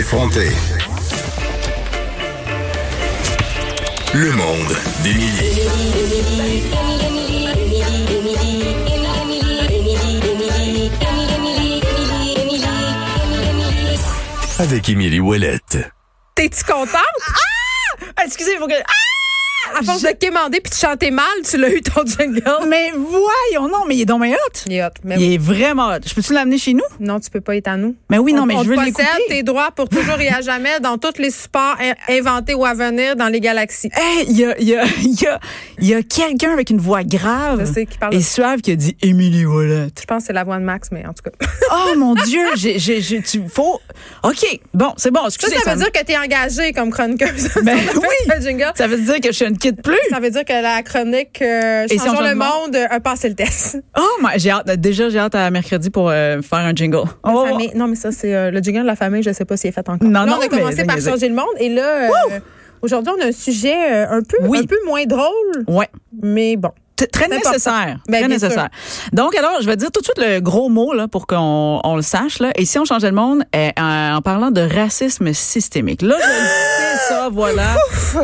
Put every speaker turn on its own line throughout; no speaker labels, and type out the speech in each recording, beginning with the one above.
Effronté. Le monde d'Émilie. Avec Émilie Ouellette.
T'es-tu contente?
Ah, Excusez, faut que. Ah!
À force de quémander puis de chanter mal, tu l'as eu ton jingle.
Ah, Mais voyons, non, mais il est donc bien hot.
Il est hot, mais
Il est vraiment hot. Je peux-tu l'amener chez nous?
Non, tu peux pas être à nous.
Mais oui, non,
On-
mais
on
je
te
veux
possède
l'écouter.
tes droits pour toujours et à jamais dans tous les supports in- inventés ou à venir dans les galaxies.
Hey, il y a, il y a, il y a, il y a quelqu'un avec une voix grave
Je sais qui parle.
et
de-
suave qui a dit Émilie Ouellette.
Je pense que c'est la voix de Max, mais en tout cas.
Oh mon Dieu, j'ai, j'ai, j'ai, tu, faut. OK, bon, c'est bon,
Ça,
excusez
ça veut
me-
dire que t'es engagée comme chroniqueuse.
Ben
Ça fait
oui.
un jingle.
ça veut dire que je ne quitte plus.
Ça veut dire que la chronique euh,
Et si on
Changeons
change
le
le
monde euh, a passé le test.
Oh, my, j'ai hâte, déjà, j'ai hâte à mercredi pour euh, faire un jingle. Oh,
La famille- Non, mais ça, c'est euh, le jingle de la famille. Je sais pas s'il est fait encore.
Non,
Là,
non,
on a
mais
commencé par
niaiseux.
changer le monde. Et là, euh, aujourd'hui, on a un sujet euh, un, peu,
Oui.
un peu moins drôle,
ouais.
mais bon.
T- Très
important.
nécessaire.
Ben,
très
bien sûr.
nécessaire. Donc, alors, je vais dire tout de suite le gros mot là, pour qu'on on le sache. Là. Et si on changeait le monde eh, en, en parlant de racisme systémique. Là, je le sais, ça, voilà.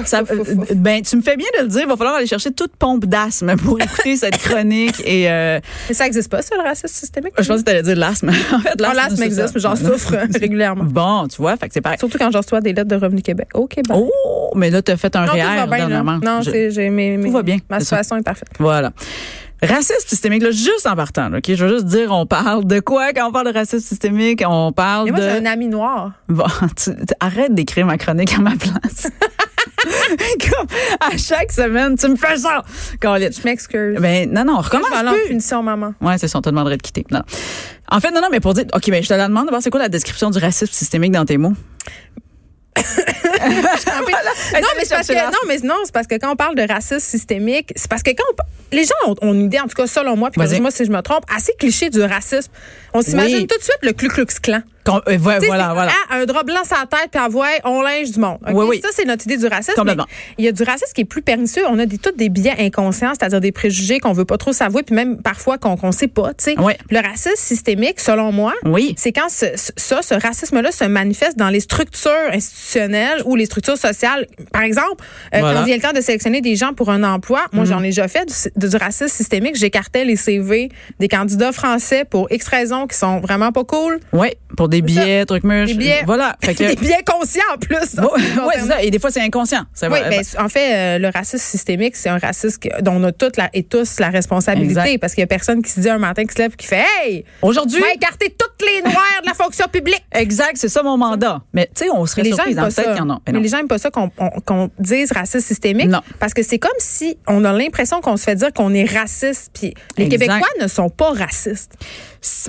Ça-
ouf, ouf, ouf.
ben, tu me fais bien de le dire. Il va falloir aller chercher toute pompe d'asthme pour écouter cette chronique. Et euh,
Mais ça n'existe pas, ça, le racisme systémique?
je pensais que tu allais dire l'asthme. en fait,
Non, Ah, l'asthme
c'est
existe,
ça.
mais j'en souffre euh, régulièrement.
Bon, tu vois, fait que c'est pareil.
Surtout quand je reçois des lettres de Revenu Québec. Au Québec.
Oh, mais là, tu as fait un
non, tout va
réel
bien, là.
dernièrement.
Non,
Je-
c'est- j'ai mes, mes-
Tout va bien,
Ma
c'est ça.
situation est parfaite.
Voilà. Racisme systémique, là, juste en partant, là, OK? Je veux juste dire, on parle de quoi quand on parle de racisme systémique? On parle
Mais moi,
de.
j'ai un ami noir.
Bon, tu- tu- arrête d'écrire ma chronique à ma place. Comme à chaque semaine, tu me fais ça! Colin.
Je m'excuse.
Ben, non, non, on recommence
je vais aller en
plus.
punition, maman.
Ouais, c'est ça, on te demanderait de quitter. Non. En fait, non, non, mais pour dire, OK, ben, je te la demande d'abord, c'est quoi la description du racisme systémique dans tes mots?
Ah non, mais c'est parce que, non, mais non, c'est parce que quand on parle de racisme systémique, c'est parce que quand on pa- les gens ont, ont une idée, en tout cas selon moi, puis
Vas-y.
moi si je me trompe, assez cliché du racisme. On s'imagine
Oui.
tout de suite le Ku Klux Klan.
Qu'on- euh, ouais,
Tu sais,
voilà,
c'est,
voilà.
ah, un drap blanc sur la tête, puis avoir on linge du monde. OK?
Oui, oui.
Ça, c'est notre idée du racisme.
Complètement.
mais Il y a du racisme qui est plus pernicieux. On a des, tous des biais inconscients, c'est-à-dire des préjugés qu'on veut pas trop s'avouer, puis même parfois qu'on ne sait pas. tu sais.
Oui. Mm.
Le racisme systémique, selon moi,
Oui.
c'est quand ce, ce- ça, ce racisme-là se manifeste dans les structures institutionnelles ou les structures sociales. Par exemple, euh,
Voilà. Mm-hmm.
quand vient le temps de sélectionner des gens pour un emploi, moi, j'en ai déjà fait du, du racisme systémique. J'écartais les CV des candidats français pour X raisons qui sont vraiment pas cool.
Ouais, pour des billets, trucs mûches.
Des billets.
Voilà. Fait que-
Des biais conscients en plus.
Oh, ouais, c'est ça. Et des fois, c'est inconscient. C'est
Oui,
vrai.
ben, en fait, euh, le racisme systémique, c'est un racisme que- dont on a toutes la, et tous la responsabilité
Exact.
parce qu'il y a personne qui se dit un matin qui se lève et qui fait Hey! Tu
Aujourd'hui,
vas écarter toutes les noirs de la fonction publique!
exact, c'est ça mon mandat. Mais tu sais, on serait
Mais les gens
surpris
aiment
dans
pas
le fait
ça.
qu'il y en a. Mais
Mais
non.
les gens aiment pas ça qu'on on- qu'on dise racisme systémique.
Non.
Parce que c'est comme si on a l'impression qu'on se fait dire qu'on est raciste. Puis les
Exact.
Québécois ne sont pas racistes.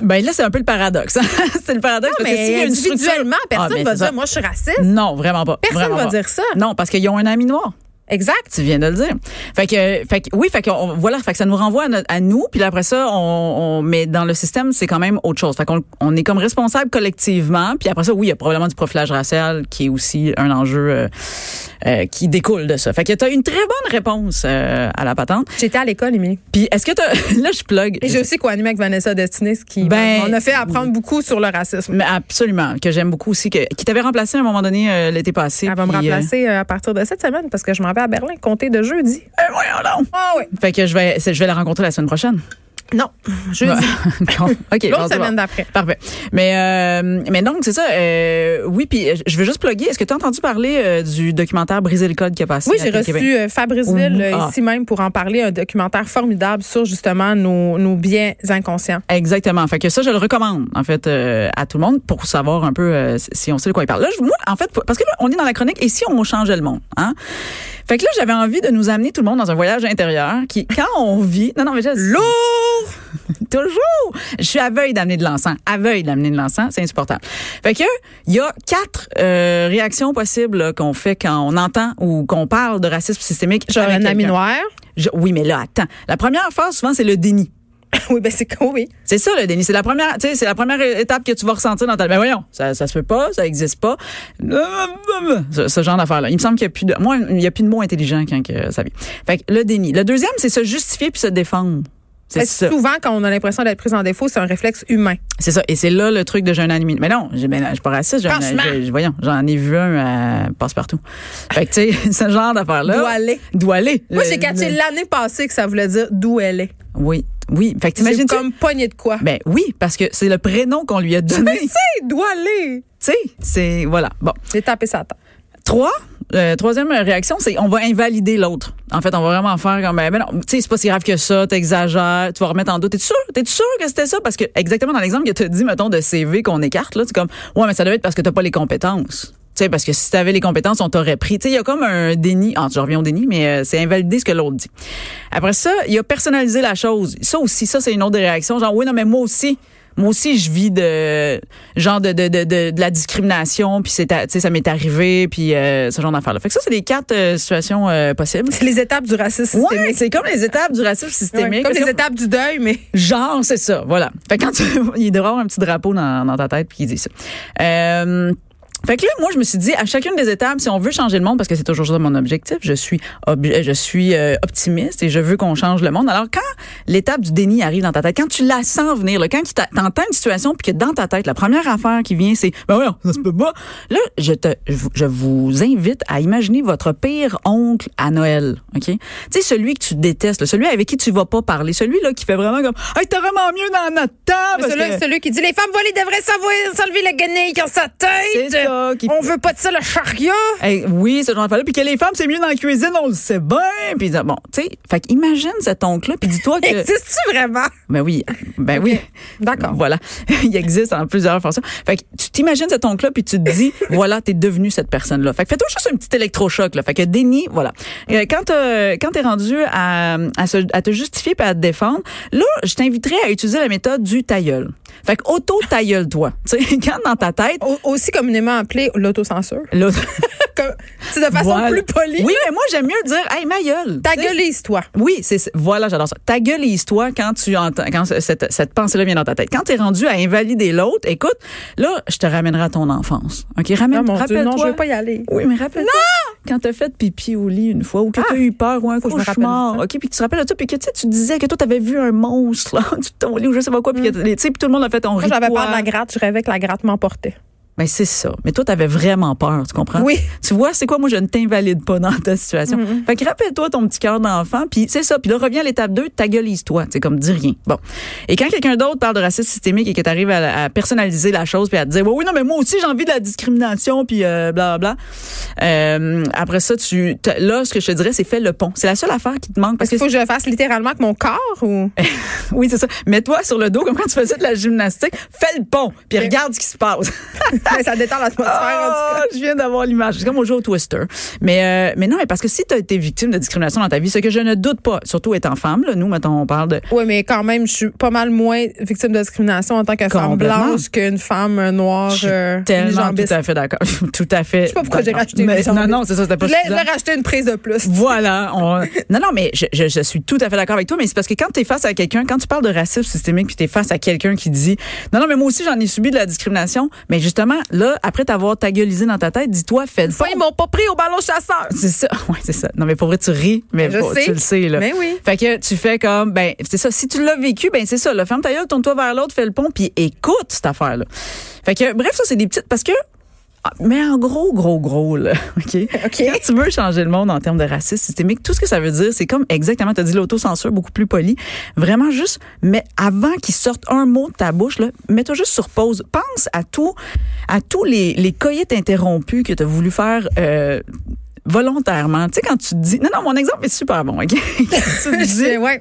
Ben là, c'est un peu le paradoxe. hein. c'est le paradoxe parce que s'il y
mais
a une structure-
individuellement, personne
Ah,
ne
ben,
va
c'est
dire
ça.
moi je suis raciste.
Non, vraiment pas.
Personne
Vraiment
va
pas.
dire ça.
Non, parce qu'ils ont un ami noir.
Exact.
Tu viens de le dire. Fait que, fait que oui, fait que on- voilà, fait que ça nous renvoie à, notre- à nous, puis là, après ça, on, on mais dans le système, c'est quand même autre chose. Fait qu'on on est comme responsable collectivement, puis après ça, oui, il y a probablement du profilage racial qui est aussi un enjeu euh, euh, qui découle de ça. Fait que t'as une très bonne réponse euh, à la patente.
J'étais à l'école, Émilie.
Puis est-ce que t'as là, je plug.
Et j'ai aussi co-animé avec Vanessa Destiné, ce qui
Ben,
on a fait apprendre beaucoup sur le racisme.
Mais absolument, que j'aime beaucoup aussi, que, qui t'avait remplacé à un moment donné euh, l'été passé.
Elle va me
puis, euh,
remplacer euh, à partir de cette semaine parce que je m'en vais à Berlin, compter de jeudi.
eh, voyons donc.
Ah oui.
Fait que je vais, c'est- je vais la rencontrer la semaine prochaine.
Non, jeudi.
Bon, ok. bon,
L'autre
c'est bon.
semaine d'après.
Parfait. Mais euh, mais donc c'est ça. euh, oui, puis euh, je veux juste plugger. Est-ce que tu as entendu parler euh, du documentaire Briser le code qui a passé
Oui,
à
j'ai
Télé-Québec?
reçu euh, Fabrice Ville
Ouh,
euh,
ah.
ici même pour en parler, un documentaire formidable sur justement nos, nos biens inconscients.
Exactement. Fait que ça, je le recommande en fait euh, à tout le monde pour savoir un peu euh, si on sait de quoi il parle. Là, je- moi, en fait, parce que là, on est dans la chronique et si on changeait le monde, hein Fait que là, j'avais envie de nous amener tout le monde dans un voyage intérieur qui, quand on vit, non, non, mais je-
Lourd!
toujours. Je suis aveugle d'amener de l'encens. Aveugle d'amener de l'encens, c'est insupportable. Fait que il y a quatre euh, réactions possibles là, qu'on fait quand on entend ou qu'on parle de racisme systémique.
Genre
avec
un ami
quelqu'un.
noir.
Je- oui, mais là, attends. La première phase, souvent, c'est le déni.
oui, ben c'est con, oui.
C'est ça le déni, c'est la première, tu sais, c'est la première étape que tu vas ressentir dans ta. Ben voyons, ça, ça se peut pas, ça existe pas, ce, ce genre d'affaire là. Il me semble qu'il y a plus de, moi, il y a plus de mots intelligents quand que ça vient. Fait que le déni. Le deuxième, c'est se justifier puis se défendre. C'est
Parce que
ça.
Souvent, quand on a l'impression d'être pris en défaut, c'est un réflexe humain.
C'est ça. Et c'est là le truc de j'ai un ennemi. Mais non, j'ai- ben non, je suis pas raciste. j'ai un-
Franchement.
j'ai- voyons, j'en ai vu un passe partout. Fait que tu sais, ce genre d'affaire là.
Doit aller.
Doit aller.
Moi,
Le-
j'ai catché
le-
l'année passée que ça voulait dire d'où elle est.
Oui, oui. Fait que
J'ai
t'imagines
comme poignée de quoi.
Ben oui, parce que c'est le prénom qu'on lui a donné.
Mais
tu
c'est d'où aller.
sais, c'est voilà. Bon.
J'ai tapé sa tête.
Trois, euh, troisième réaction, c'est on va invalider l'autre. En fait, on va vraiment faire comme ben non, tu sais, c'est pas si grave que ça, t'exagères, tu vas remettre en doute. T'es sûr, t'es sûr que c'était ça parce que exactement dans l'exemple que tu dit mettons de CV qu'on écarte là, c'est comme ouais mais ça doit être parce que t'as pas les compétences. Tu sais, parce que si t'avais les compétences, on t'aurait pris. Tu sais, il y a comme un déni. Ah, je reviens au déni, mais euh, c'est invalider ce que l'autre dit. Après ça, il y a personnalisé la chose. Ça aussi, ça, c'est une autre des réactions. Genre, oui, non, mais moi aussi, moi aussi, je vis de genre de de, de, de, de la discrimination, puis c'est à- tu sais, ça m'est arrivé, puis euh, ce genre d'affaires. Là. Fait que ça, c'est les quatre euh, situations euh, possibles.
C'est les étapes du racisme
Ouais,
systémique.
c'est comme les étapes du racisme systémique.
Ouais, comme
Parce
les
que-
étapes du deuil, mais
Genre, c'est ça, voilà. Fait que quand tu, il devrait avoir un petit drapeau dans, dans ta tête puis il dit ça. Euh, fait que là, moi, je me suis dit, à chacune des étapes, si on veut changer le monde, parce que c'est toujours ça mon objectif, je suis, ob- je suis euh, optimiste et je veux qu'on change le monde. Alors, quand l'étape du déni arrive dans ta tête, quand tu la sens venir, là, quand tu t'a- t'entends une situation puis que dans ta tête, la première affaire qui vient, c'est, ben voyons, ça se peut pas. Là, je te, je vous- je vous invite à imaginer votre pire oncle à Noël, ok? Tu sais, celui que tu détestes, là, celui avec qui tu vas pas parler, celui là qui fait vraiment comme, hey, t'es vraiment mieux dans notre
mais
table.
celui, celui qui dit les femmes volées devraient s'envoyer- s'enlever la guenille dans sa
C'est
tête.
ça qui-
On veut pas de ça le charia.
Hey, oui, ce genre de là Puis que les femmes, c'est mieux dans la cuisine, on le sait bien. Puis bon, tu sais, fait imagine cet oncle-là, puis dis-toi que.
Existe-tu vraiment?
ben oui, ben oui.
D'accord.
Voilà. Il existe en plusieurs façons. Fait que tu t'imagines cet oncle-là, puis tu te dis, voilà, t'es devenu cette personne-là. Fait que fais-toi juste un petit électrochoc, là. Fait que déni, voilà.
Mm.
Euh, Quand, euh, quand t'es rendu à, à, se- à te justifier puis à te défendre, là, je t'inviterais à utiliser la méthode du tailleul. Fait que auto-tailleul-toi. Tu sais, quand dans ta tête,
Au- aussi communément appelé l'autocensure.
là,
Comme- C'est de façon
Voilà.
plus polie.
Oui, mais moi, j'aime mieux dire, hey, ma gueule.
Ta
Tu sais,
gueulise-toi.
Oui, c'est c'est- voilà, j'adore ça. Ta gueule et toi quand tu entends quand ce- cette, cette pensée-là vient dans ta tête. Quand t'es rendu à invalider l'autre, écoute, là, je te ramènerai à ton enfance. OK,
Non,
ramène
mon Dieu,
rappelle-toi.
non, je veux pas y Ah! aller.
Oui, mais rappelle-toi quand t'as fait pipi au lit une fois ou que t'as eu peur ou un
je me rappelle
cauchemar, OK, puis que tu te rappelles de ça puis que tu sais, tu disais que toi t'avais vu un monstre là, tu ton lit ou je sais pas quoi puis que tu sais puis tout le monde a fait on
Mm. Moi,
rit.
j'avais
de toi.
peur de la gratte. Je rêvais que la gratte m'emportait.
Ben c'est ça. Mais toi, t'avais vraiment peur, tu comprends?
Oui.
Tu vois, c'est quoi? Moi, je ne t'invalide pas dans ta situation. Fait que rappelle-toi ton petit cœur d'enfant, puis c'est ça. Puis là, reviens à l'étape 2, t'agueulise-toi. C'est comme, dis rien. Bon. Et quand quelqu'un d'autre parle de racisme systémique et que t'arrives à, à personnaliser la chose puis à te dire, oui, oui, non, mais moi aussi, j'ai envie de la discrimination, puis euh, bla, bla, bla. Euh, après ça, tu, t'as- là, ce que je te dirais, c'est fais le pont. C'est la seule affaire qui te manque.
Est-ce
Parce que,
qu'il faut que je fasse littéralement avec mon corps ou?
oui, c'est ça. Mets-toi sur le dos, comme quand tu faisais de la gymnastique. Fais le pont, puis regarde ce qui se passe.
Mais Ben, ça détend l'atmosphère, en tout
Ah,
cas.
je viens d'avoir l'image. C'est comme au jeu au Twister. Mais, euh, mais non, mais parce que si tu as été victime de discrimination dans ta vie, ce que je ne doute pas, surtout étant femme, là, nous, mettons, on parle de.
Oui, mais quand même, je suis pas mal moins victime de discrimination en tant que femme
Complètement.
blanche qu'une femme euh, noire.
Je suis
euh,
tellement tout
unijambiste.
à fait d'accord. tout à fait. Je
sais pas pourquoi j'ai racheté une jambe.
Non, non, c'est ça, c'était
Je
pas
voulais- je
suffisant.
voulais racheter une prise de plus.
Voilà. on- Non, non, mais je, je- je suis tout à fait d'accord avec toi, mais c'est parce que quand tu es face à quelqu'un, quand tu parles de racisme systémique, puis tu es face à quelqu'un qui dit Non, non, mais moi aussi, j'en ai subi de la discrimination, mais justement, là, après t'avoir tagueulisé dans ta tête, dis-toi, fais le
Enfin, ils m'ont pas pris au ballon chasseur.
C'est ça. Ouais, c'est ça. Non, mais pour vrai, tu ris, mais
Je
bon,
sais.
tu le sais, là.
Mais oui.
Fait que tu fais comme, ben, c'est ça. Si tu l'as vécu, ben, c'est ça. Là, ferme ta gueule, tourne-toi vers l'autre, fais le pont, puis écoute cette affaire-là. Fait que, bref, ça, c'est des petites, parce que, ah, mais en gros, gros, gros, là, OK?
OK.
Quand tu veux changer le monde en termes de racisme systémique, tout ce que ça veut dire, c'est comme exactement, tu as dit l'autocensure, beaucoup plus poli. Vraiment juste, mais avant qu'il sorte un mot de ta bouche, là, mets-toi juste sur pause. Pense à tout, à tous les, les coïts interrompus que tu as voulu faire euh, volontairement. Tu sais, quand tu te dis... Non, non, mon exemple est super bon, OK? Quand tu te dis-
ouais.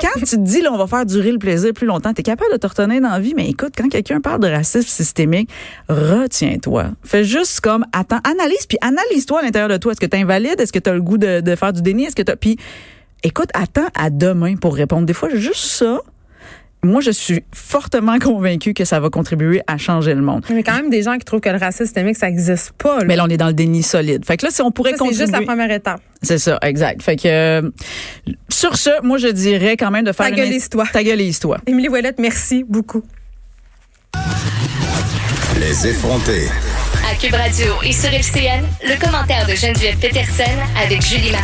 quand tu te dis, là, on va faire durer le plaisir plus longtemps, t'es capable de te retenir dans la vie, mais écoute, quand quelqu'un parle de racisme systémique, retiens-toi. Fais juste comme, attends, analyse, puis analyse-toi à l'intérieur de toi. Est-ce que t'es invalide? Est-ce que t'as le goût de, de faire du déni? Est-ce que t'as... Puis, écoute, attends à demain pour répondre. Des fois, juste ça, moi, je suis fortement convaincue que ça va contribuer à changer le monde.
Mais quand même des gens qui trouvent que le racisme systémique, ça n'existe pas. là.
Mais là, on est dans le déni solide. Fait que là, si on pourrait
Ça, c'est
contribuer...
juste la première étape.
C'est ça, exact. Fait que euh, sur ce, moi je dirais quand même de faire une-
Taguelise-toi.
Ta gueuleuse-toi.
Émilie Ouellette, merci beaucoup.
Les effrontés.
À Cube Radio et sur LCN, le commentaire de Geneviève Peterson avec Julie Marc.